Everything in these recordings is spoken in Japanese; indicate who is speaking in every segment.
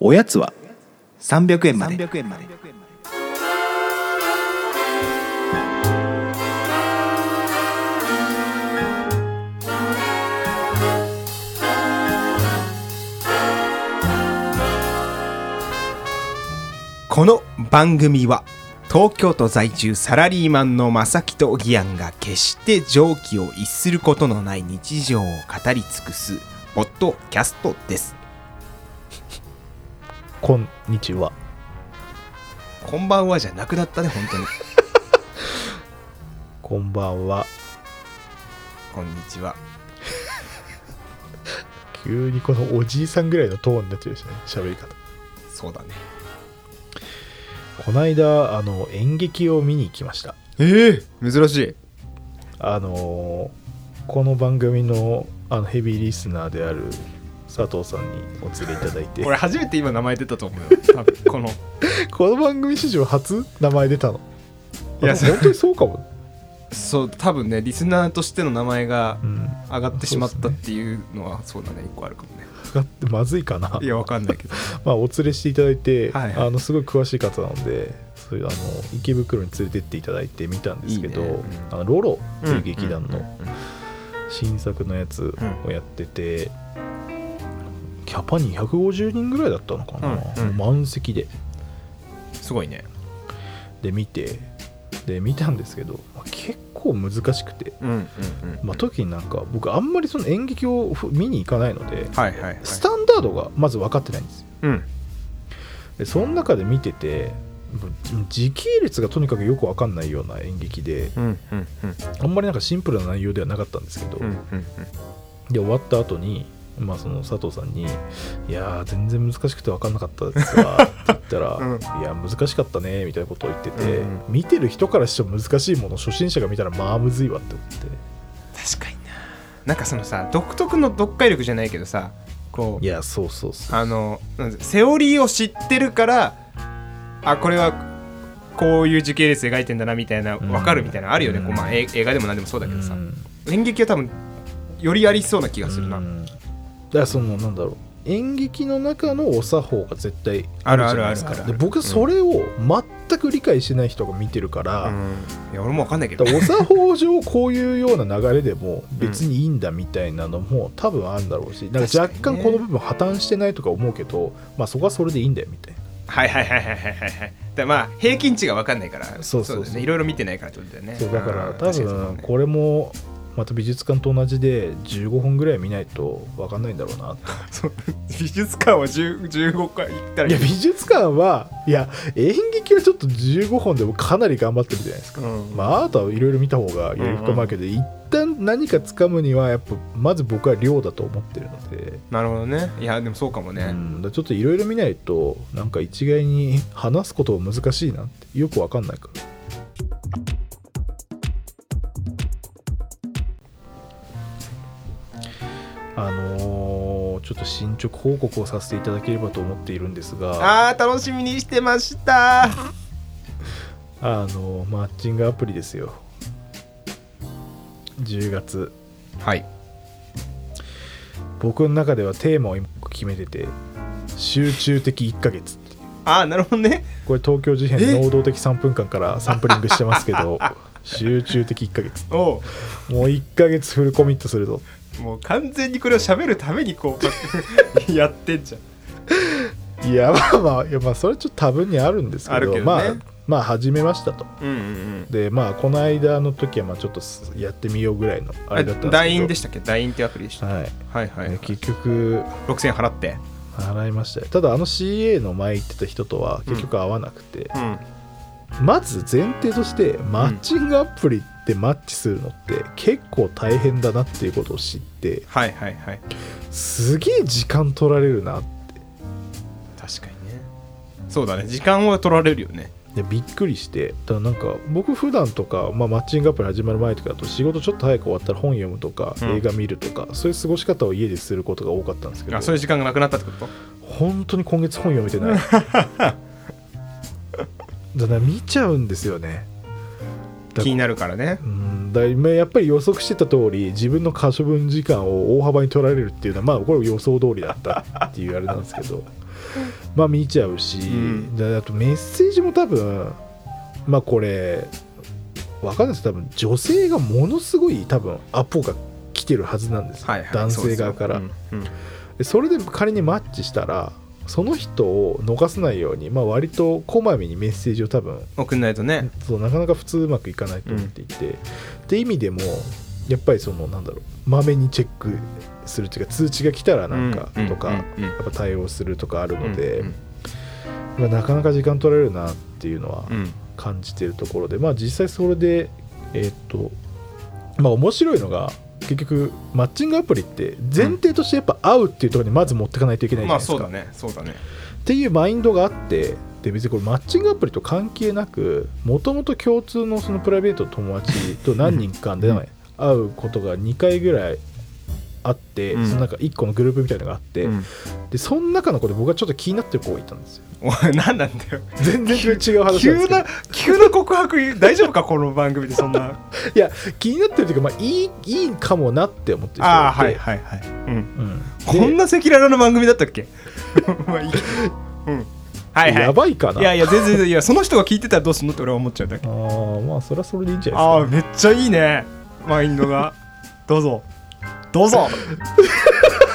Speaker 1: おやつは
Speaker 2: 300円まで
Speaker 3: 300円まで
Speaker 2: この番組は東京都在住サラリーマンの正木とギアンが決して常軌を逸することのない日常を語り尽くすポッドキャストです
Speaker 3: こんにちは
Speaker 2: こんばんはじゃなくなったね本当に
Speaker 3: こんばんは
Speaker 2: こんにちは
Speaker 3: 急にこのおじいさんぐらいのトーンになってるしね喋り方
Speaker 2: そうだね
Speaker 3: こないだあの演劇を見に行きました
Speaker 2: ええ珍しい
Speaker 3: あのーこの番組のあのヘビーリスナーである佐藤さんにお連れいただいて
Speaker 2: 俺初めて今名前出たと思うよ多分この
Speaker 3: この番組史上初名前出たの
Speaker 2: いや
Speaker 3: あでも本当にそうかも、
Speaker 2: そう多分ねリスナーとしての名前が
Speaker 3: うん、
Speaker 2: 上がってしまったっていうのはそうだね一個あるかもね
Speaker 3: 使ってまずいかない
Speaker 2: やわかんないけど
Speaker 3: まあ、お連れしていただいて、
Speaker 2: はいはい
Speaker 3: あのすごい詳しい方なのでそういうあの池袋に連れてっていただいて見たんですけど
Speaker 2: いいね
Speaker 3: あのロロという劇
Speaker 2: う
Speaker 3: 団
Speaker 2: んうん
Speaker 3: の新作のやつをやってて、キャパ250人ぐらいだったのかな、
Speaker 2: うんうん
Speaker 3: 満席です
Speaker 2: ごいね
Speaker 3: で見てで見たんですけど、まあ、結構難しくて、
Speaker 2: うんうんうん
Speaker 3: まあ、時になんか僕あんまりその演劇をふ見に行かないので
Speaker 2: はいはいはい
Speaker 3: スタンダードがまず分かってないんですよ
Speaker 2: うん
Speaker 3: でその中で見ててもう時系列がとにかくよく分かんないような演劇で
Speaker 2: うんうんうん
Speaker 3: あんまりなんかシンプルな内容ではなかったんですけど、
Speaker 2: うんうん
Speaker 3: で終わった後にまあその佐藤さんに「いやー全然難しくて分かんなかったですわ」って言ったら 「
Speaker 2: うん
Speaker 3: いや難しかったね」みたいなことを言ってて、
Speaker 2: うんう
Speaker 3: 見てる人からしても難しいもの初心者が見たらまあむずいわって思って
Speaker 2: 確かにななんかそのさ独特の読解力じゃないけどさこう
Speaker 3: いやそうそうそう
Speaker 2: あのなんてセオリーを知ってるからあこれはこういう時系列描いてんだなみたいな
Speaker 3: うん
Speaker 2: 分かるみたいなのあるよね、
Speaker 3: うん
Speaker 2: こうまあ、え映画でも何でもそうだけどさ、
Speaker 3: うん
Speaker 2: 演劇は多分よりありそうな気がするな、
Speaker 3: うんだからそのなんだろう演劇の中のお作法が絶対
Speaker 2: ある
Speaker 3: じ
Speaker 2: あ
Speaker 3: ゃ
Speaker 2: る
Speaker 3: ない
Speaker 2: ある
Speaker 3: ですか
Speaker 2: あるある
Speaker 3: で僕はそれを全く理解してない人が見てるから,、
Speaker 2: いや俺も分かんないけど
Speaker 3: だからお作法上こういうような流れでも別にいいんだみたいなのも多分あるんだろうしなんか若
Speaker 2: 確かに
Speaker 3: 干
Speaker 2: ね
Speaker 3: この部分破綻してないとか思うけど、まあ、そこはそれでいいんだよみたいな
Speaker 2: はいはいはいはいはいはいはいだまあ平均値が分かんないから
Speaker 3: そうそうそう
Speaker 2: だよねいろいろ見てないからってことだよね
Speaker 3: そうだから
Speaker 2: ん
Speaker 3: 多
Speaker 2: 確かにそうだ
Speaker 3: 分
Speaker 2: ね
Speaker 3: これもまた美術館と同じで15本ぐらい見ないと分かんないんだろうなって
Speaker 2: そう美術館は10 15回行ったら
Speaker 3: いや美術館はいや演劇はちょっと15本でもかなり頑張ってるじゃないですか、
Speaker 2: うん
Speaker 3: まあアートはいろいろ見た方がより深まるけど、一旦何か掴むにはやっぱまず僕は量だと思ってるので、
Speaker 2: なるほどねいやでもそうかも
Speaker 3: う
Speaker 2: ね、
Speaker 3: ん、だからちょっといろいろ見ないとなんか一概に話すこと難しいなってよくわかんないからあのーちょっと進捗報告をさせていただければと思っているんですが
Speaker 2: あー楽しみにしてました
Speaker 3: あのマッチングアプリですよ10月
Speaker 2: はい
Speaker 3: 僕の中ではテーマを今決めてて集中的1ヶ月
Speaker 2: ああなるほどね
Speaker 3: これ東京事変
Speaker 2: え
Speaker 3: 能動的3分間からサンプリングしてますけ ど集中的1ヶ月
Speaker 2: お
Speaker 3: もう1ヶ月フルコミットするぞ
Speaker 2: うもう完全にこれを喋るためにこう やってんじゃん
Speaker 3: いやまあまあいやまあそれちょっと多分にあるんですけど
Speaker 2: あるけどね
Speaker 3: まあまあ始めましたと
Speaker 2: うんうんうん
Speaker 3: でまあこの間の時はまあちょっとすやってみようぐらいのあれだったんですけど
Speaker 2: LINE でしたっけ LINE ってアプリでした、
Speaker 3: は
Speaker 2: は
Speaker 3: い、
Speaker 2: い、はいはい
Speaker 3: ね結局
Speaker 2: 6000円払って
Speaker 3: 払いましたよただあの CA の前行ってた人とは結局会わなくて、
Speaker 2: うん
Speaker 3: まず前提としてマッチングアプリってマッチするのって結構大変だなっていうことを知って
Speaker 2: はいはいはい
Speaker 3: すげえ時間取られるなって
Speaker 2: 確かにねそうだね時間は取られるよね
Speaker 3: でびっくりしてただなんか僕普段とか、まあ、マッチングアプリ始まる前とかだと仕事ちょっと早く終わったら本読むとか、
Speaker 2: うん
Speaker 3: 映画見るとかそういう過ごし方を家ですることが多かったんですけど
Speaker 2: あそういう時間がなくなったってこと
Speaker 3: 本当に今月本読めてない だから見ちゃうんですよねだ
Speaker 2: 気になるからね
Speaker 3: うんだ今やっぱり予測してた通り自分の可処分時間を大幅に取られるっていうのはまあこれ予想通りだったっていうあれなんですけどまあ見ちゃうし、
Speaker 2: ん
Speaker 3: であとメッセージも多分まあこれわかんないです多分女性がものすごい多分アポが来てるはずなんですよ、
Speaker 2: はいはい
Speaker 3: 男性側から
Speaker 2: そうですようんうん
Speaker 3: でそれで仮にマッチしたらその人を逃さないように、まあ、割とこまめにメッセージを多分
Speaker 2: 送んないとね
Speaker 3: そうなかなか普通うまくいかないと思っていて、って意味でもやっぱりそのなんだろうまめにチェックするというか通知が来たらなんか
Speaker 2: うん
Speaker 3: とか、
Speaker 2: うんうん
Speaker 3: やっぱ対応するとかある
Speaker 2: うん
Speaker 3: ので、
Speaker 2: うん
Speaker 3: まあ、なかなか時間取られるなっていうのは
Speaker 2: うん
Speaker 3: 感じてるところで、まあ実際それでえーっとまあ面白いのが結局マッチングアプリって前提としてやっぱ会うっていうところにまず持ってかないといけないじ
Speaker 2: まあ
Speaker 3: ゃないですか、
Speaker 2: そうだねそうだね
Speaker 3: っていうマインドがあってで別にこれマッチングアプリと関係なくもともと共通のそのプライベートの友達と何人かで
Speaker 2: うん
Speaker 3: 会うことが2回ぐらいあって、
Speaker 2: うん
Speaker 3: そのなんか1個のグループみたいなのがあって、
Speaker 2: うん
Speaker 3: でその中の子で僕がちょっと気になってる子がいたんですよ
Speaker 2: おい何なんだよ
Speaker 3: 全然違う話なんですけど
Speaker 2: 急な急な告白言う大丈夫かこの番組でそん な
Speaker 3: いや気になってるというか、まあ、いいいいかもなって思ってる人
Speaker 2: ああ
Speaker 3: がて
Speaker 2: はいはいはいうん
Speaker 3: うん
Speaker 2: こんな赤裸々な番組だったっけまあいいけどうんはい
Speaker 3: で
Speaker 2: はい
Speaker 3: やばいかない
Speaker 2: やいや全然いやその人が聞いてたらどうすんのって俺は思っちゃうだけ
Speaker 3: あーまあそれはそれでいいんじゃない
Speaker 2: あ
Speaker 3: で
Speaker 2: あめっちゃいいねマインドがどうぞどうぞ
Speaker 3: すか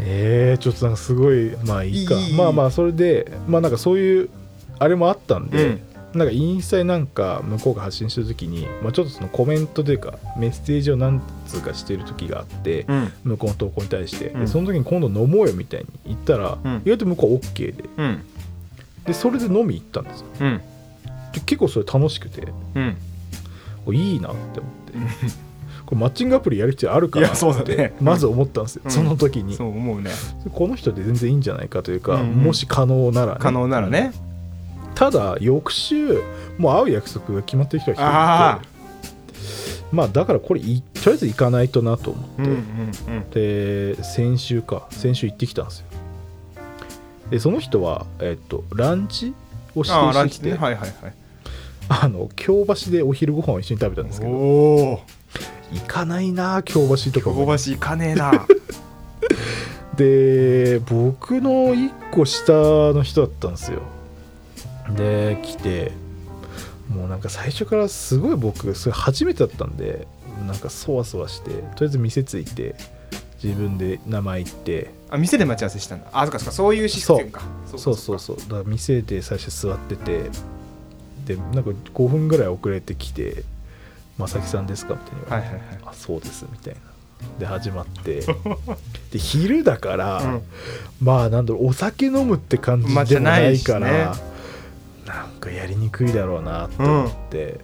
Speaker 3: えー、ちょっとなんかすごいまあいいか
Speaker 2: いいいい
Speaker 3: まあまあそれでまあなんかそういうあれもあったんで、
Speaker 2: うん
Speaker 3: なんかインスタになんか向こうが発信してる時に、まあ、ちょっとそのコメントというかメッセージを何通かしてる時があって、
Speaker 2: うん
Speaker 3: 向こうの投稿に対して、で
Speaker 2: うん
Speaker 3: その時に今度飲もうよみたいに言ったら、
Speaker 2: うん
Speaker 3: 意外と向こうは OK で
Speaker 2: うん
Speaker 3: でそれで飲み行ったんですよ
Speaker 2: うん
Speaker 3: で結構それ楽しくて
Speaker 2: うん
Speaker 3: これいいなって思ってこれマッチングアプリやる必要あるか
Speaker 2: い
Speaker 3: な
Speaker 2: や
Speaker 3: っ
Speaker 2: そうだね
Speaker 3: てまず思ったんですよ、
Speaker 2: うん
Speaker 3: その時に、
Speaker 2: そう思うね
Speaker 3: この人で全然いいんじゃないかというか、
Speaker 2: うんうん
Speaker 3: もし可能なら、ね
Speaker 2: 可能ならね
Speaker 3: ただ翌週もう会う約束が決まってる人が
Speaker 2: あ
Speaker 3: 一人いてまあだからこれいとりあえず行かないとなと思
Speaker 2: う
Speaker 3: っ
Speaker 2: ん
Speaker 3: て、
Speaker 2: うん
Speaker 3: で先週か先週行ってきたんですよでその人は、えっとランチを指
Speaker 2: ああラン
Speaker 3: 定して
Speaker 2: チ
Speaker 3: きて
Speaker 2: ね
Speaker 3: あ、
Speaker 2: はいはいはい
Speaker 3: の京橋でお昼ご飯を一緒に食べたんですけど
Speaker 2: おお
Speaker 3: 行かないな京橋とかも
Speaker 2: 京橋行かねえ な
Speaker 3: で僕の1個下の人だったんですよで来てもうなんか最初からすごい僕それ初めてだったんでなんかそわそわしてとりあえず店ついて自分で名前言って
Speaker 2: あ店で待ち合わせしたんだあそっかそっかそういうシステムか
Speaker 3: そうそうそうだから店で最初座っててでなんか5分ぐらい遅れてきて「まさきさんですか?」みたいに言わ
Speaker 2: はい
Speaker 3: れ
Speaker 2: は
Speaker 3: て
Speaker 2: いはい
Speaker 3: あそうです」みたいなで始まって で昼だから、まあなんだろうお酒飲むって感じ
Speaker 2: まあじ
Speaker 3: で
Speaker 2: ゃ
Speaker 3: も
Speaker 2: な
Speaker 3: ないい
Speaker 2: し
Speaker 3: から、
Speaker 2: ね
Speaker 3: なんかやりにくいだろうなと思って、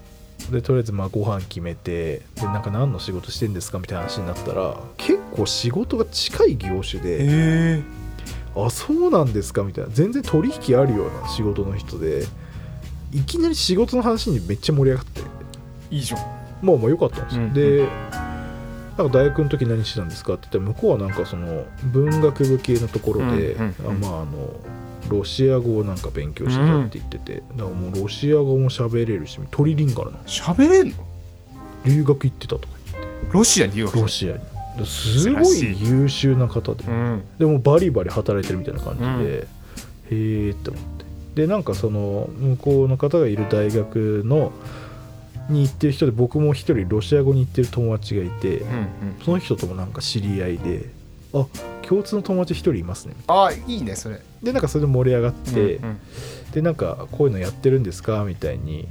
Speaker 3: でとりあえずまあご飯決めてでなんか何の仕事してんですかみたいな話になったら結構仕事が近い業種で、
Speaker 2: え
Speaker 3: あそうなんですかみたいな全然取引あるような仕事の人でいきなり仕事の話にめっちゃ盛り上がって
Speaker 2: いいじゃん
Speaker 3: まあまあ良かったんですよ、
Speaker 2: うん
Speaker 3: でなんか大学の時何してたんですかって言ったら向こうはなんかその文学部系のところで、
Speaker 2: うんうんうん
Speaker 3: あまああのロシア語をなんか勉強してたって言ってて、だからもうロシア語も喋れるしトリリンガルなの
Speaker 2: 喋れんの
Speaker 3: 留学行ってたとか
Speaker 2: ロシアに留
Speaker 3: ロ
Speaker 2: 学し
Speaker 3: シアにすごい優秀な方で
Speaker 2: たうん
Speaker 3: でもバリバリ働いてるみたいな感じで、へえって思ってでなんかその向こうの方がいる大学のに行ってる人で僕も一人ロシア語に行ってる友達がいて、
Speaker 2: うんうん
Speaker 3: その人ともなんか知り合いであ共通の友達一人いますね
Speaker 2: あいいねそれ
Speaker 3: でなんかそれで盛り上がって、
Speaker 2: うんうん
Speaker 3: でなんかこういうのやってるんですかみたいに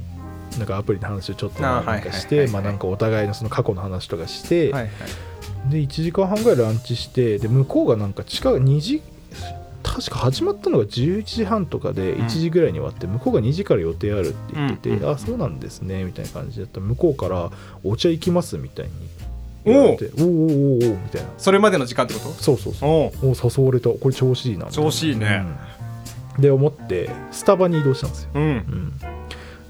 Speaker 3: なんかアプリの話をちょっとなんかし
Speaker 2: あはいはいはい
Speaker 3: て
Speaker 2: はい
Speaker 3: まあなんかお互いのその過去の話とかして、
Speaker 2: はいはい
Speaker 3: で1時間半ぐらいランチしてで向こうがなんか近く2時確か始まったのが11時半とかで
Speaker 2: うん
Speaker 3: 1時ぐらいに終わって、向こうが2時から予定あるって言ってて
Speaker 2: うん、うんうん
Speaker 3: あそうなんですねみたいな感じだった向こうからお茶行きますみたいに言われておおおおおーおーみたいな
Speaker 2: それまでの時間ってこと
Speaker 3: そうそうそう
Speaker 2: お
Speaker 3: おー誘われたこれ調子いいなみたい
Speaker 2: 調
Speaker 3: な
Speaker 2: 子いいね
Speaker 3: うんで思ってスタバに移動したんですよ
Speaker 2: うん
Speaker 3: うん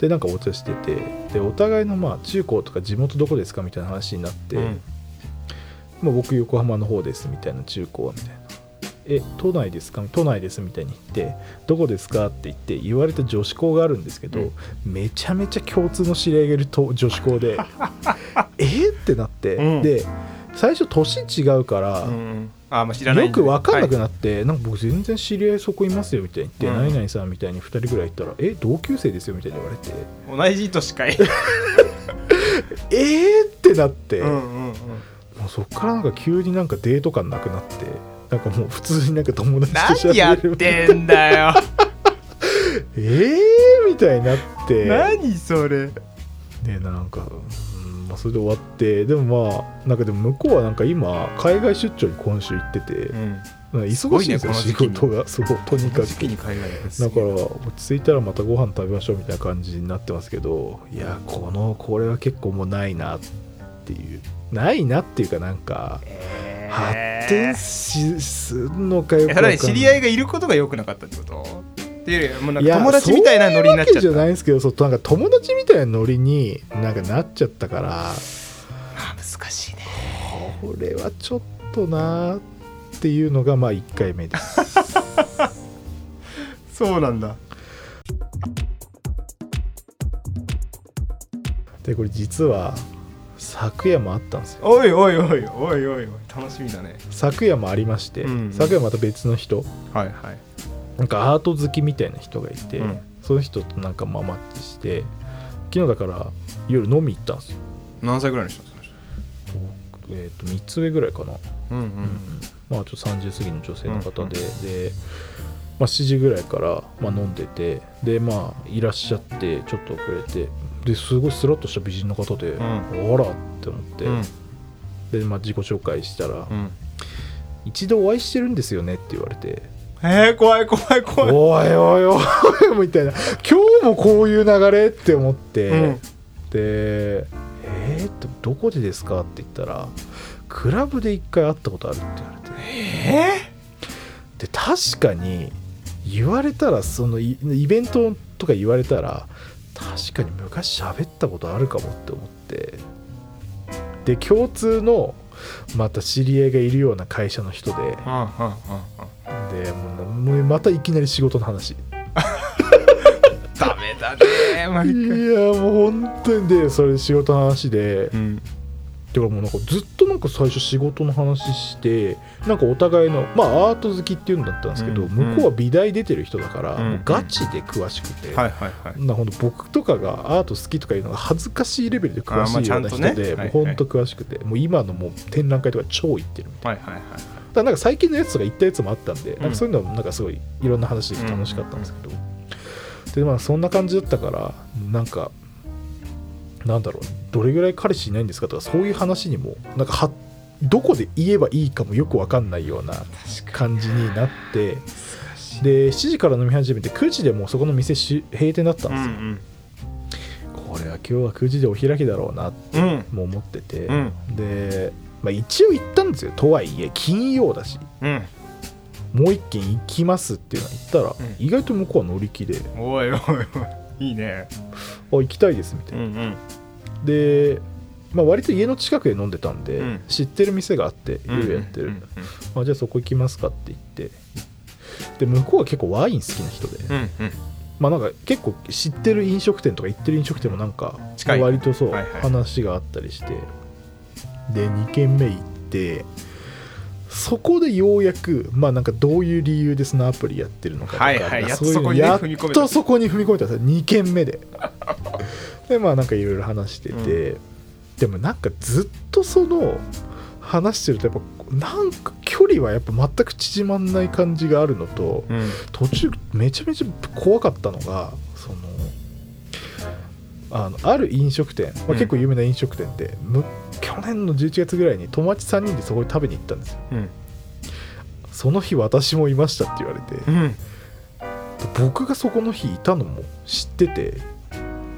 Speaker 3: でなんかお茶しててでお互いのまあ中高とか地元どこですかみたいな話になって、
Speaker 2: うん
Speaker 3: まあ、僕横浜の方ですみたいな中高はみたいな「え都内ですか?」都内ですみたいに言って「どこですか?」って言って言われた女子校があるんですけど、
Speaker 2: うん
Speaker 3: めちゃめちゃ共通の知り合いがいると女子 校でえーってなって、
Speaker 2: うん
Speaker 3: で最初年違うから、
Speaker 2: うんあーまあ知らない
Speaker 3: よく分かんなく
Speaker 2: っ
Speaker 3: なって、なんか僕全然知り合いそこいますよみたいに言っ
Speaker 2: う
Speaker 3: て、
Speaker 2: ん
Speaker 3: 何々さんみたいに2人ぐらい行ったら、え、同級生ですよみたいに言われて、
Speaker 2: て、同じ年かい
Speaker 3: えーってなって、
Speaker 2: うんう
Speaker 3: も
Speaker 2: ん うん
Speaker 3: うそっからなんか急になんかデート感なくなって、なんかもう普通になんか友達と
Speaker 2: 何やっ
Speaker 3: 喋れる
Speaker 2: てんだよ
Speaker 3: えーみたいになって、
Speaker 2: 何それ
Speaker 3: でなんか、うんまあ、それで終わってでもまあなんかでも向こうはなんか今海外出張に今週行ってて、
Speaker 2: うん
Speaker 3: なんか忙しいんですよ
Speaker 2: す
Speaker 3: 仕
Speaker 2: ごいねこ
Speaker 3: 事がそうとにかく
Speaker 2: 時期に海外です
Speaker 3: だから落ち着いたらまたご飯食べましょうみたいな感じになってますけどいやこのこれは結構もうないなっていうないなっていうかなんか
Speaker 2: えー
Speaker 3: 発展しすんのかよ
Speaker 2: え
Speaker 3: く
Speaker 2: さらに知り合い
Speaker 3: い
Speaker 2: がいることが良くなかったってことっていうよりもうなん
Speaker 3: い
Speaker 2: か
Speaker 3: や
Speaker 2: 友達みたいなノリになっちゃっ
Speaker 3: そういうわけじゃ
Speaker 2: た
Speaker 3: ないんですけどそうなんか友達みたいなノリになんかなっちゃったから
Speaker 2: あー難しいね
Speaker 3: これはちょっとなーっていうのがまあ1回目です
Speaker 2: そうなんだ
Speaker 3: でこれ実は昨夜もあったんですよ
Speaker 2: おいおいおいおいおいおい楽しみだね
Speaker 3: 昨夜もありまして、
Speaker 2: うん
Speaker 3: 昨夜また別の人
Speaker 2: はいはい
Speaker 3: なんかアート好きみたいな人がいて、
Speaker 2: うん
Speaker 3: その人となんかまあマッチして昨日だから夜飲み行ったんですよ
Speaker 2: 何歳ぐらいの人その人
Speaker 3: 僕えー、と3つ上ぐらいかな、
Speaker 2: うんう
Speaker 3: うん
Speaker 2: ん
Speaker 3: まあちょっと30過ぎの女性の
Speaker 2: う
Speaker 3: 方
Speaker 2: ん
Speaker 3: で、で、まあ、7時ぐらいから、まあ、飲んでてでまあいらっしゃってちょっと遅れてですごいスラッとした美人の方で、
Speaker 2: ん
Speaker 3: あらって思って、
Speaker 2: うん
Speaker 3: で、まあ、自己紹介したら、
Speaker 2: うん
Speaker 3: 一度お会いしてるんですよねって言われて
Speaker 2: えー、怖い怖い怖い
Speaker 3: おいおいおいみたいな今日もこういう流れって思って、
Speaker 2: うん
Speaker 3: で「えー、ってどこでですか?」って言ったら「クラブで一回会ったことある」って言われて
Speaker 2: え
Speaker 3: で確かに言われたらそのイイベントとか言われたら確かに昔喋ったことあるかもって思ってで共通のまた知り合いがいるような会社の人で
Speaker 2: ー、うんうんうんうん
Speaker 3: でもうもうまたいきなり仕事の話
Speaker 2: ダメだね毎
Speaker 3: い
Speaker 2: 回
Speaker 3: やもう本当にでそれで仕事の話で
Speaker 2: うん
Speaker 3: てかもうなんかずっとなんか最初仕事の話してなんかお互いのまあアート好きっていうんだったんですけど、
Speaker 2: うん
Speaker 3: 向こうは美大出てる人だから、
Speaker 2: うん
Speaker 3: もうガチで詳しくて、
Speaker 2: はいはいはい
Speaker 3: なほんと僕とかがアート好きとかいうのが恥ずかしいレベルで詳しいような人
Speaker 2: あーまあちゃんとね
Speaker 3: で、
Speaker 2: はいはい
Speaker 3: もうほんと詳しくて、もう今のもう展覧会とか超行ってるみたい
Speaker 2: はいはいはい
Speaker 3: なだからなんか最近のやつとか行ったやつもあったんで、
Speaker 2: ん
Speaker 3: なんかそういうのもなんかすごいいろんな話できて楽しかったんですけど、でまあそんな感じだったからなんかなんだろうどれぐらい彼氏いないんですかとかそういう話にもなんかはどこで言えばいいかもよく分かんないような感じになって
Speaker 2: 難しい
Speaker 3: で7時から飲み始めて9時でもうそこの店し閉店だったん
Speaker 2: う
Speaker 3: ですよ、
Speaker 2: ん
Speaker 3: これは今日は9時でお開きだろうな
Speaker 2: うんうん
Speaker 3: もう思ってて、
Speaker 2: うん
Speaker 3: で、まあ、一応行ったんですよとはいえ金曜だし
Speaker 2: うん
Speaker 3: もう一軒行きますっていうのは言ったら、
Speaker 2: うん
Speaker 3: 意外と向こうは乗り気で「
Speaker 2: おいおいおいいいね
Speaker 3: あ行きたいです」みたいな、
Speaker 2: ん
Speaker 3: で、まあ、割と家の近くで飲んでたんで、
Speaker 2: うん
Speaker 3: 知ってる店があって夜やってる、
Speaker 2: うん
Speaker 3: あじゃあそこ行きますかって言ってで向こうは結構ワイン好きな人で、
Speaker 2: うんうん
Speaker 3: まあなんか結構知ってる飲食店とか行ってる飲食店もなんか
Speaker 2: 近い
Speaker 3: 割とそう
Speaker 2: はいはい
Speaker 3: 話があったりしてで2軒目行ってそこでようやくまあなんかどういう理由でそのアプリやってるのかとか
Speaker 2: はいはい
Speaker 3: なんか
Speaker 2: やっと
Speaker 3: そういう
Speaker 2: そこ
Speaker 3: の
Speaker 2: にね
Speaker 3: やっ
Speaker 2: 踏み込めた
Speaker 3: とそこに踏み込めたんですよ2軒 目ででまあなんかいろいろ話してて、でもなんかずっとその話してるとやっぱなんか距離はやっぱ全く縮まんない感じがあるのと、
Speaker 2: うん
Speaker 3: 途中めちゃめちゃ怖かったのがそのあのある飲食店、まあ、
Speaker 2: うん
Speaker 3: 結構有名な飲食店で、む去年の11月ぐらいに友達3人でそこに食べに行ったんですよ
Speaker 2: うん
Speaker 3: その日私もいましたって言われ
Speaker 2: う
Speaker 3: て
Speaker 2: ん
Speaker 3: 僕がそこの日いたのも知ってて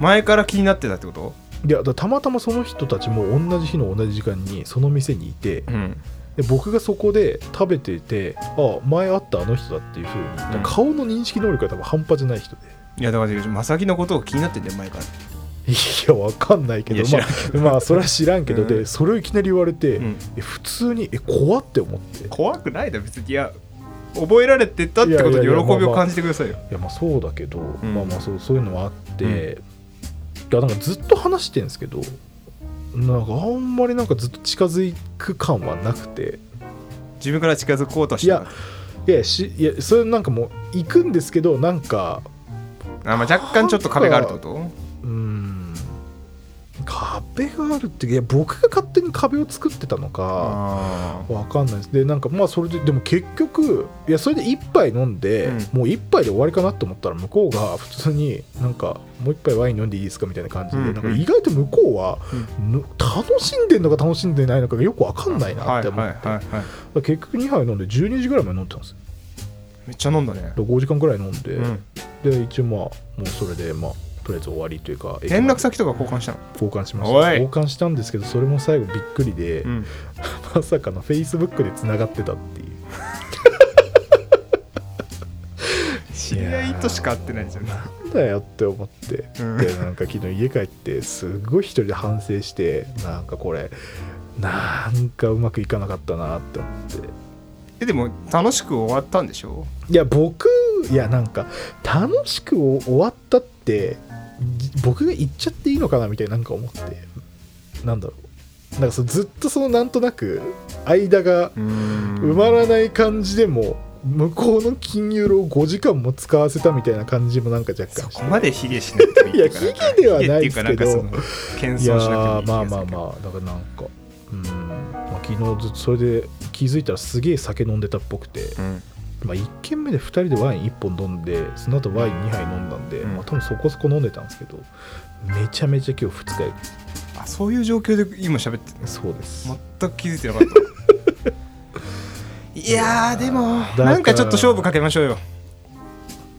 Speaker 2: 前から気になってたってこと
Speaker 3: いやだからたまたまその人たちも同じ日の同じ時間にその店にいて
Speaker 2: うん
Speaker 3: で僕がそこで食べててあ前会ったあの人だっていうふうにだから顔の認識能力が多分半端じゃない人で
Speaker 2: いやだからまさきのことを気になってんだよ前から
Speaker 3: いやわかんないけ
Speaker 2: いや
Speaker 3: ど
Speaker 2: 知
Speaker 3: ま
Speaker 2: らん
Speaker 3: あ、 まあそれは知らんけど、
Speaker 2: うん
Speaker 3: でそれをいきなり言われて、
Speaker 2: うん
Speaker 3: え普通にえ怖って思ってい
Speaker 2: 怖くないだろ別にいや覚えられてたってことに喜びを感じてくださいよ
Speaker 3: やまあそうだけど、
Speaker 2: ん
Speaker 3: まあまあそうそういうのはあって、いやなんかずっと話してんですけどなんかあんまりなんかずっと近づく感はなくて
Speaker 2: 自分から近づこうとし
Speaker 3: い
Speaker 2: て
Speaker 3: やいやしいやそれなんかもう行くんですけどなんか
Speaker 2: あ、まあ、若干ちょっと壁があるってこと
Speaker 3: うーん壁があるっていや僕が勝手に壁を作ってたのか
Speaker 2: あ
Speaker 3: わかんないですでなんかまあそれででも結局いやそれで1杯飲んで、
Speaker 2: う
Speaker 3: もう1杯で終わりかなと思ったら向こうが普通になんかもう1杯ワイン飲んでいいですかみたいな感じで、
Speaker 2: うんうん
Speaker 3: なんか意外と向こうは、ぬ楽しんでんのか楽しんでないのかがよくわかんない
Speaker 2: あは
Speaker 3: なっ
Speaker 2: い
Speaker 3: て思
Speaker 2: はい
Speaker 3: っ
Speaker 2: はい
Speaker 3: てだか
Speaker 2: はい
Speaker 3: ら結局2杯飲んで12時ぐらいまで飲んでたんですよ
Speaker 2: めっちゃ飲んだね
Speaker 3: だから5時間ぐらい飲んで、
Speaker 2: うん
Speaker 3: で一応まあもうそれでまあとりあえず終わりというか
Speaker 2: 連絡先とか交換したの
Speaker 3: 交換しまし
Speaker 2: お
Speaker 3: た
Speaker 2: い
Speaker 3: 交換したんですけどそれも最後びっくりで、
Speaker 2: うん
Speaker 3: まさかのフェイスブックでつながってたっていう
Speaker 2: 知り合いとしか会ってないじゃん
Speaker 3: なんだよって思って、
Speaker 2: うん
Speaker 3: でなんか昨日家帰ってすごい一人で反省してなんかこれなんかうまくいかなかったなって思って
Speaker 2: えでも楽しく終わったんでしょ
Speaker 3: いや僕いやなんか楽しく終わったってじ僕が言っちゃっていいのかなみたいななんか思ってなんだろうなんかそうずっとそのなんとなく間が
Speaker 2: うーん
Speaker 3: 埋まらない感じでも向こうの金融を5時間も使わせたみたいな感じもなんか若干して
Speaker 2: そこまで卑下しなくてもいいってうか
Speaker 3: いや卑下ではないです
Speaker 2: 卑下
Speaker 3: けど
Speaker 2: っていうかなんかその
Speaker 3: い
Speaker 2: 謙
Speaker 3: や
Speaker 2: 遜しなくてもいい
Speaker 3: ー
Speaker 2: 気
Speaker 3: まあ
Speaker 2: がするけど
Speaker 3: まあまあだからなんかうん、まあ、昨日ずっとそれで気づいたらすげえ酒飲んでたっぽくて、
Speaker 2: うん
Speaker 3: まあ、1軒目で2人でワイン1本飲んでその後ワイン2杯飲んだんで、
Speaker 2: うん
Speaker 3: まあ、多分そこそこ飲んでたんですけどめちゃめちゃ今日2日酔
Speaker 2: あそういう状況で今喋って
Speaker 3: いそうです、
Speaker 2: 全く気づいてなかった いやーでも
Speaker 3: だから
Speaker 2: なんかちょっと勝負かけましょうよ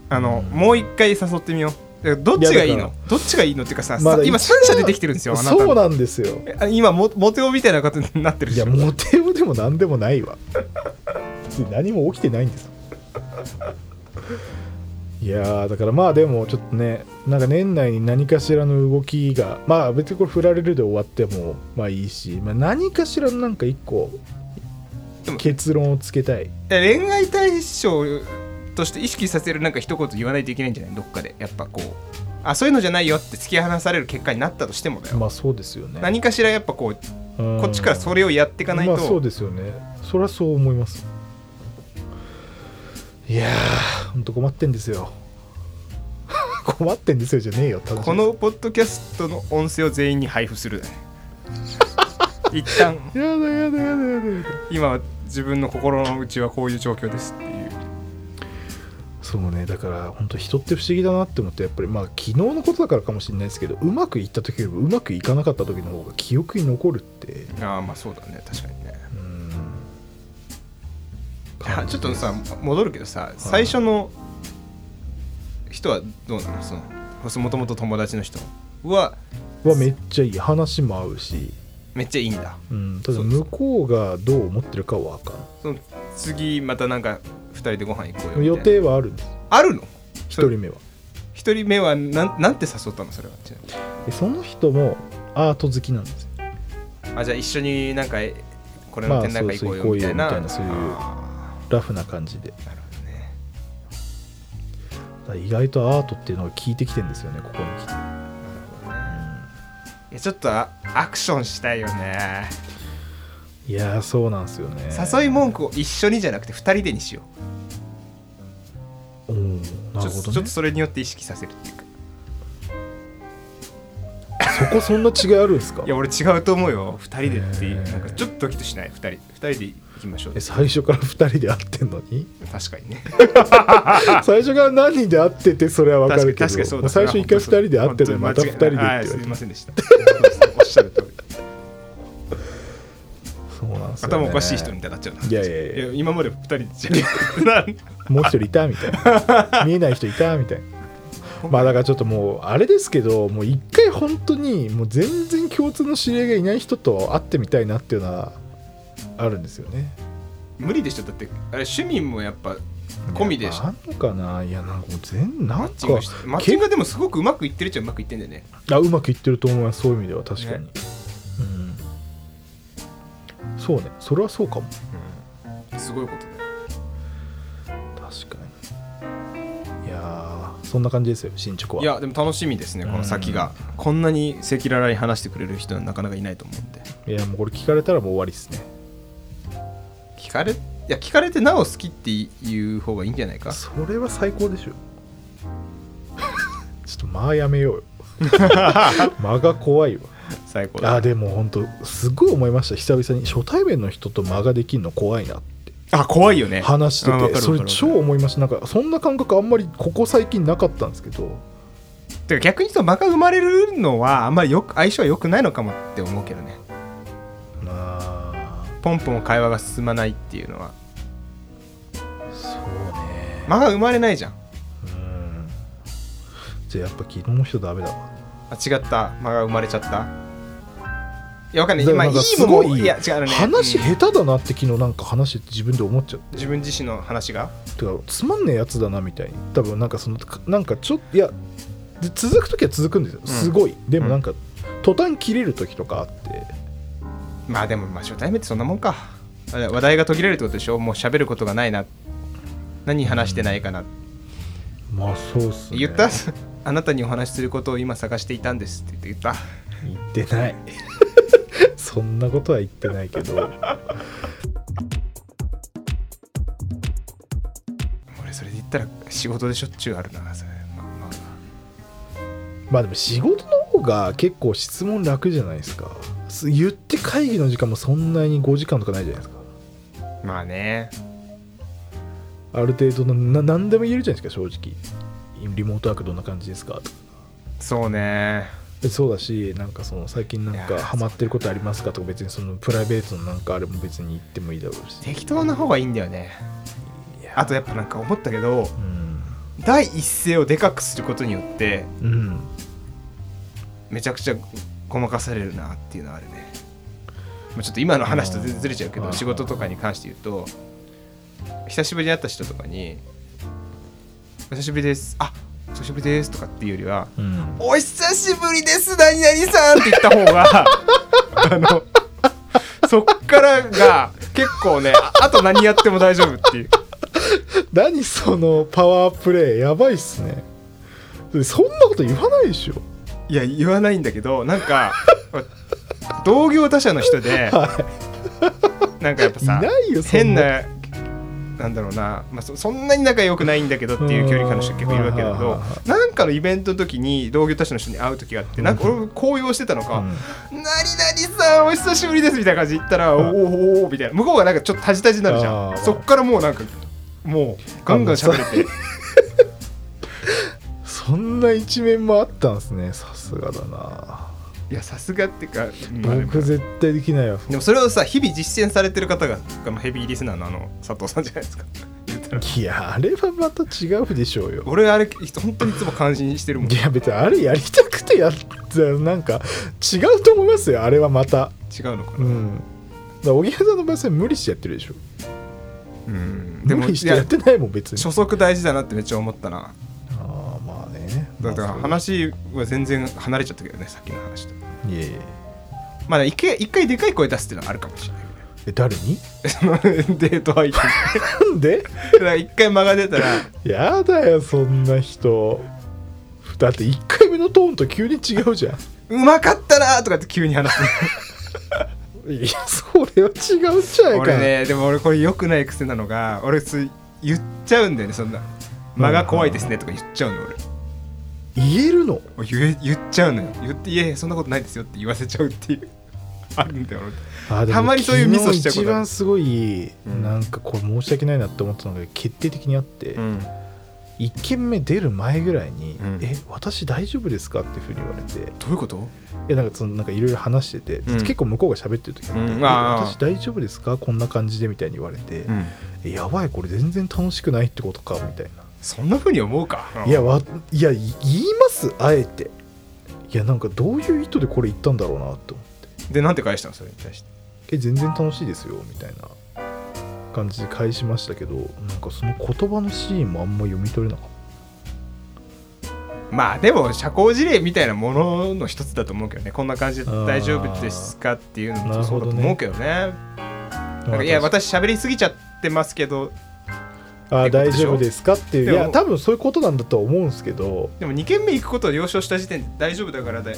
Speaker 2: あの、
Speaker 3: うん
Speaker 2: もう一回誘ってみようどっちがいい
Speaker 3: いやだ
Speaker 2: の
Speaker 3: か
Speaker 2: どっちがいいのっていうかさ、
Speaker 3: まだ
Speaker 2: さ今
Speaker 3: 一応
Speaker 2: 三社出てきてるんですよあなた
Speaker 3: そうなんですよ
Speaker 2: えあ今モモテオみたいなことになってる
Speaker 3: い
Speaker 2: でし
Speaker 3: や
Speaker 2: ょ
Speaker 3: モテよでも何でもないわ 別に何も起きてないんですいやーだからまあでもちょっとねなんか年内に何かしらの動きがまあ別にこれ振られるで終わってもまあいいし、まあ、何かしらのなんか一個
Speaker 2: でも
Speaker 3: 結論をつけたい
Speaker 2: え恋愛対象として意識させるなんか一言言わないといけないんじゃないどっかでやっぱこうあそういうのじゃないよって突き放される結果になったとしてもだよ、
Speaker 3: まあそうですよね
Speaker 2: 何かしらやっぱこう
Speaker 3: こ
Speaker 2: こっちからそれをやっていかないと、
Speaker 3: まあそうですよねそれはそう思いますいやーほんと困ってんですよ 困ってんですよじゃねえよ楽しみです
Speaker 2: このポッドキャストの音声を全員に配布す るだね一旦
Speaker 3: やだやだやだやだやだ
Speaker 2: 今は自分の心の内はこういう状況ですっていう
Speaker 3: そうねだから本当人って不思議だなって思ってやっぱりまあ昨日のことだからかもしれないですけどうまくいった時よりもうまくいかなかった時の方が記憶に残るって
Speaker 2: ああまあそうだね確かにね
Speaker 3: うん
Speaker 2: あちょっとさ戻るけどさ最初の人はどうなのそのもともと友達の人は
Speaker 3: はめっちゃいい話も合うし、
Speaker 2: めっちゃいいんだ
Speaker 3: うん、ただ
Speaker 2: そうそう
Speaker 3: 向こうがどう思ってるかは分か
Speaker 2: その次またなんか2人でご飯行こうよ
Speaker 3: る
Speaker 2: みたい
Speaker 3: 予
Speaker 2: な
Speaker 3: 定はあるんです
Speaker 2: あるの
Speaker 3: 1
Speaker 2: それ
Speaker 3: 人目は
Speaker 2: 一人目はなんなんて誘ったのそれはちなみに
Speaker 3: でその人もアート好きなんですよ
Speaker 2: あじゃあ一緒になんかえこれの展覧会行こうよみたいな,あ
Speaker 3: ま
Speaker 2: ー、
Speaker 3: あそうそう行こうよみたいなラフな感じで
Speaker 2: なるほどね
Speaker 3: だから意外とアートっていうのが効いてきてんですよねここに来て、
Speaker 2: なるほどねい
Speaker 3: うん
Speaker 2: やちょっとあアクションしたいよね
Speaker 3: いやーそうなんですよね
Speaker 2: 誘い文句を一緒にじゃなくて2人でにしよ
Speaker 3: おー
Speaker 2: う
Speaker 3: な
Speaker 2: ちょ
Speaker 3: るほ
Speaker 2: っと
Speaker 3: ど
Speaker 2: ちょっ
Speaker 3: ね
Speaker 2: とそれによって意識させるっていうか
Speaker 3: そこそんな違いあるんですか
Speaker 2: いや俺違うと思うよ2人でってい
Speaker 3: へ
Speaker 2: う
Speaker 3: ー
Speaker 2: なんかちょっとドキッとしない2人2人で行きましょう
Speaker 3: え最初から2人で会ってんのに
Speaker 2: 確かにね
Speaker 3: 最初から何人で会っててそれは分か
Speaker 2: 確か
Speaker 3: る
Speaker 2: に
Speaker 3: けど
Speaker 2: 確かにそう
Speaker 3: も
Speaker 2: だ
Speaker 3: う最初1回2人で会ってんのにまた2人でって言わ
Speaker 2: は
Speaker 3: れ
Speaker 2: い
Speaker 3: て
Speaker 2: すみませんでしたそうですねおっしゃる通り
Speaker 3: そうなんですよ、ね、
Speaker 2: 頭おかしい人みたいになっちゃうない
Speaker 3: やいやいや
Speaker 2: 今まで2人でじゃ ん
Speaker 3: もう1人いたみたい な見えない人いたみたいなまあだからちょっともうあれですけどもう1回本当にもう全然共通の知り合いがいない人と会ってみたいなっていうのはあるんですよね
Speaker 2: 無理でしょだってあれ趣味もやっぱ込みでしょ
Speaker 3: あんのかないやなんかもう全な
Speaker 2: マ
Speaker 3: ん
Speaker 2: ッチン
Speaker 3: か
Speaker 2: グしてマッチングがでもすごくうまくいってるっちゃうまくいってんだよね
Speaker 3: あうまくいってると思いますそういう意味では確かに、
Speaker 2: ね
Speaker 3: うんそうねそれはそうかも
Speaker 2: すごいことだよ
Speaker 3: 確かにいやーそんな感じですよ進捗はい
Speaker 2: やでも楽しみですねこの先がこんなに赤裸々に話してくれる人はなかなかいないと思うんで
Speaker 3: いやもうこれ聞かれたらもう終わりですね
Speaker 2: 聞かれいや聞かれてなお好きっていう方がいいんじゃないか
Speaker 3: それは最高でしょ ちょっとまあや めようよ間が怖いわ
Speaker 2: 最高
Speaker 3: あ
Speaker 2: だ
Speaker 3: でも本当すごい思いました久々に初対面の人と間ができるの怖いなって
Speaker 2: あ怖いよね
Speaker 3: 話し
Speaker 2: あわか
Speaker 3: てて
Speaker 2: る
Speaker 3: それ
Speaker 2: わかる
Speaker 3: 超思いましたなんかそんな感覚あんまりここ最近なかったんですけど
Speaker 2: てか逆にその間が生まれるのはあんまりよく相性は良くないのかもって思うけどね
Speaker 3: まあ
Speaker 2: ポンポン会話が進まないっていうのは
Speaker 3: そうね
Speaker 2: 間が生まれないじゃん
Speaker 3: うんじゃあやっぱ昨日の人ダメだわ
Speaker 2: あ違った間が生まれちゃったいやわかんない
Speaker 3: だ
Speaker 2: 今
Speaker 3: から
Speaker 2: いい
Speaker 3: なんかす
Speaker 2: も
Speaker 3: ご
Speaker 2: ん
Speaker 3: い
Speaker 2: もいや違うあのね
Speaker 3: 話
Speaker 2: うん
Speaker 3: 下手だなって昨日なんか話してて自分で思っちゃって
Speaker 2: 自分自身の話が
Speaker 3: てかつまんねえやつだなみたいに多分なんかそのかなんかちょっといやで続く時は続くんですよ
Speaker 2: ん
Speaker 3: すごい、でもなんか途端切れる時とかあって
Speaker 2: まあでもまあ初対面ってそんなもんかあれ話題が途切れるってことでしょもう喋ることがないな何話してないかな、
Speaker 3: まあそうっすね
Speaker 2: 言ったあなたにお話しすることを今探していたんですって言って言っ
Speaker 3: 言って ないそんなことは言ってないけど
Speaker 2: た俺それで言ったら仕事でしょっちゅうあるなそれ、まあまあ
Speaker 3: まあでも仕事の方が結構質問楽じゃないですかす言って会議の時間もそんなに5時間とかないじゃないですか
Speaker 2: まあね
Speaker 3: ある程度のな何でも言えるじゃないですか正直リモートワークどんな感じですかとか
Speaker 2: そうね
Speaker 3: でそうだしなんかその最近なん
Speaker 2: いや
Speaker 3: か
Speaker 2: ー
Speaker 3: ハマってることありますかとか別にそのプライベートのなんかあれも別に言ってもいいだろうし
Speaker 2: 適当な方がいいんだよね
Speaker 3: いやー
Speaker 2: あとやっぱなんか思ったけど
Speaker 3: うん
Speaker 2: 第一声をでかくすることによって
Speaker 3: うん
Speaker 2: めちゃくちゃごまかされるなっていうのはあるね、まあ、ちょっと今の話と全然ずれちゃうけ
Speaker 3: う
Speaker 2: ど
Speaker 3: ん
Speaker 2: 仕事とかに関して言うと久しぶりに会った人とかに「お久しぶりです」あ「お久しぶりです」とかっていうよりは
Speaker 3: うん
Speaker 2: 「お久しぶりです何々さん」って言った方が あのそっからが結構ねああと何やっても大丈夫っていう
Speaker 3: 何そのパワープレイやばいっすねそんなこと言わないでしょ
Speaker 2: いや言わないんだけどなんか同業他社の人でなんかやっぱ
Speaker 3: い
Speaker 2: さ
Speaker 3: ないよそん
Speaker 2: 変
Speaker 3: な
Speaker 2: ななんだろうな、まあ、そそんなに仲良くないんだけどっていう距離感の人結構いるわけだけ
Speaker 3: うんはい
Speaker 2: ど
Speaker 3: はい
Speaker 2: なんかのイベントの時に同業他社の人に会う時があってなんか俺高揚してたのか
Speaker 3: うん
Speaker 2: 「何々さんお久しぶりです」みたいな感じで言ったら「お
Speaker 3: うん
Speaker 2: ーおーおーみたいな向こうがなんかちょっとタジタジになるじゃ
Speaker 3: あ
Speaker 2: ん
Speaker 3: ー
Speaker 2: そっからもうなんかもうガンガン喋れて
Speaker 3: そんな一面もあったんすねさすがだな、
Speaker 2: いやさすがっていうか、まあでも
Speaker 3: 僕絶対できないわ
Speaker 2: でもそれをさ日々実践されてる方ががまあヘビーリスナーのあの佐藤さんじゃないですか言ったら
Speaker 3: いやあれはまた違うでしょうよ
Speaker 2: 俺あれ本当にいつも感心してるもん
Speaker 3: い
Speaker 2: 違
Speaker 3: や別にあれやりたくてやったらなんか違うと思いますよあれはまた
Speaker 2: うのかな
Speaker 3: うんだから荻原さんの場合それ無理してやってるでしょ
Speaker 2: うんで
Speaker 3: 無
Speaker 2: も
Speaker 3: 理し
Speaker 2: い
Speaker 3: てや
Speaker 2: や
Speaker 3: ってないもん別に
Speaker 2: 初速大事だなってめっちゃ思ったな
Speaker 3: ああまあね
Speaker 2: だから
Speaker 3: まあ
Speaker 2: 話は全然離れちゃったけどねさっきの話と
Speaker 3: そういやいや
Speaker 2: まあ一回一回でかい声出すっていうのはあるかもしれないよね
Speaker 3: え誰に
Speaker 2: そのデート相手に
Speaker 3: なんで
Speaker 2: だから一回間が出たら
Speaker 3: やだよそんな人だって1回目のトーンと急に違うじゃん
Speaker 2: 「うまかった な!」とかって急に話す
Speaker 3: いやそれは違うじゃないか
Speaker 2: 俺ねでも俺これ良くない癖なのが俺つい言っちゃうんだよねそんな間が怖いですねとか言っちゃうの俺
Speaker 3: 言えるの
Speaker 2: 俺言え言っちゃうのよ言って「いやいやそんなことないですよ」って言わせちゃうっていう あるんだよ俺
Speaker 3: あでも
Speaker 2: たまにそういうミスをしちゃうことある
Speaker 3: 昨日一番すごい、
Speaker 2: うん
Speaker 3: なんかこれ申し訳ないなって思ったのが決定的にあって、
Speaker 2: ん
Speaker 3: 一1軒目出る前ぐらいに「
Speaker 2: うん
Speaker 3: え私大丈夫ですか?」っていうふうに言われてい
Speaker 2: どういうこと
Speaker 3: やなんかそのなんかいろいろ話してて、
Speaker 2: うん
Speaker 3: 結構向こうが喋ってる時に、
Speaker 2: うん
Speaker 3: え
Speaker 2: あー
Speaker 3: 私大丈夫ですかこんな感じで」みたいに言われて
Speaker 2: ん
Speaker 3: 「えやばいこれ全然楽しくないってことか」みたいな
Speaker 2: そんなふうに思うか
Speaker 3: いやわいやい言いますあえていやなんかどういう意図でこれ言ったんだろうなと思って
Speaker 2: でなんて返したのそれに対して
Speaker 3: え全然楽しいですよみたいな感じで返しましたけどなんかその言葉のシーンもあんま読み取れなかっ
Speaker 2: まあでも社交辞令みたいなものの一つだと思うけどねこんな感じで大丈夫ですかっていうの
Speaker 3: あーな
Speaker 2: も
Speaker 3: る
Speaker 2: そ
Speaker 3: ほ
Speaker 2: うだ
Speaker 3: ど
Speaker 2: と
Speaker 3: ね
Speaker 2: 思うけどね
Speaker 3: た
Speaker 2: なんかいや私喋りすぎちゃってますけど
Speaker 3: あ大丈夫ですかっていうい
Speaker 2: でも
Speaker 3: や多分そういうことなんだとは思うんですけど、
Speaker 2: でも2軒目行くことを了承した時点で大丈夫だからだよ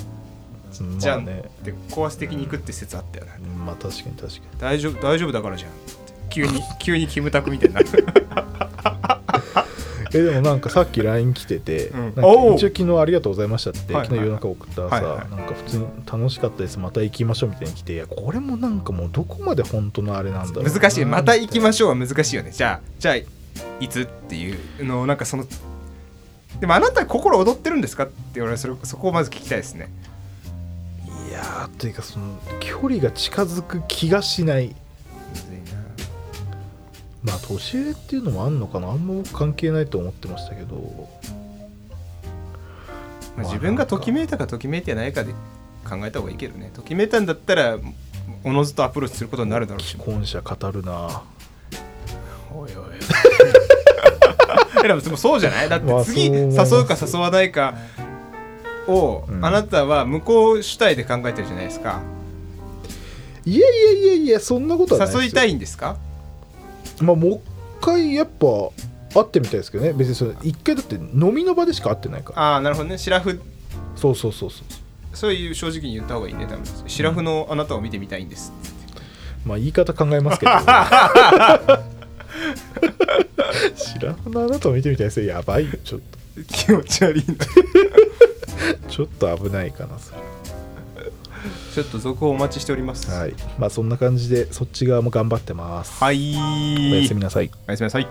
Speaker 3: うん
Speaker 2: じゃ
Speaker 3: まあ
Speaker 2: んっ
Speaker 3: ね
Speaker 2: て高圧的に行くって説あったよね、
Speaker 3: まあ確かに確か
Speaker 2: 大丈夫大丈夫だからじゃん急 に急にキムタクみたいになる
Speaker 3: えでもなんかさっき LINE 来てて、
Speaker 2: うん
Speaker 3: なんか
Speaker 2: おう
Speaker 3: 一応昨日ありがとうございましたって、
Speaker 2: はいはい
Speaker 3: 昨日夜中送ったらさ、
Speaker 2: はいはい
Speaker 3: なんか普通に楽しかったですまた行きましょうみたいに来ていやこれもなんかもうどこまで本当のあれなんだろうな
Speaker 2: 難しいまた行きまし
Speaker 3: ょ
Speaker 2: ょうは難しいよねじゃあじゃあいつっていうのをなんかそのでもあなた心躍ってるんですかって俺はそれそこをまず聞きたいですね
Speaker 3: ういやーというかその距離が近づく気がしない
Speaker 2: むずいな
Speaker 3: まあ年上っていうのもあんのかなあんま僕関係ないと思ってましたけど
Speaker 2: まあ、
Speaker 3: まあ
Speaker 2: 自分がときめいたかときめいてないかで考えた方がいいけどねときめいたんだったらおのずとアプローチすることになるだろうし
Speaker 3: 既婚者語るな
Speaker 2: おいおい おいでもでもそうじゃないだって次
Speaker 3: まあそう
Speaker 2: 誘
Speaker 3: 思いうます
Speaker 2: か誘わないかを、
Speaker 3: うん
Speaker 2: あなたは向こう主体で考えてるじゃないですか
Speaker 3: いやいやいやいやそんなことはないですよ
Speaker 2: 誘いたいんですか
Speaker 3: まあもう一回やっぱ会ってみたいですけどね別にそれ一回だって飲みの場でしか会ってないから
Speaker 2: ああなるほどねシラフ
Speaker 3: そうそうそうそう
Speaker 2: そういう正直に言った方がいいね多分シラフのあなたを見てみたいんですって
Speaker 3: まあ言い方考 えますけど知らんなあなたを見てみたいですよやばいよちょっと
Speaker 2: 気持ち悪いな
Speaker 3: ちょっと危ないかなそれ
Speaker 2: ちょっと続報お待ちしております
Speaker 3: はいまあそんな感じでそっち側も頑張ってます
Speaker 2: はい
Speaker 3: おやすみなさい
Speaker 2: おやすみなさい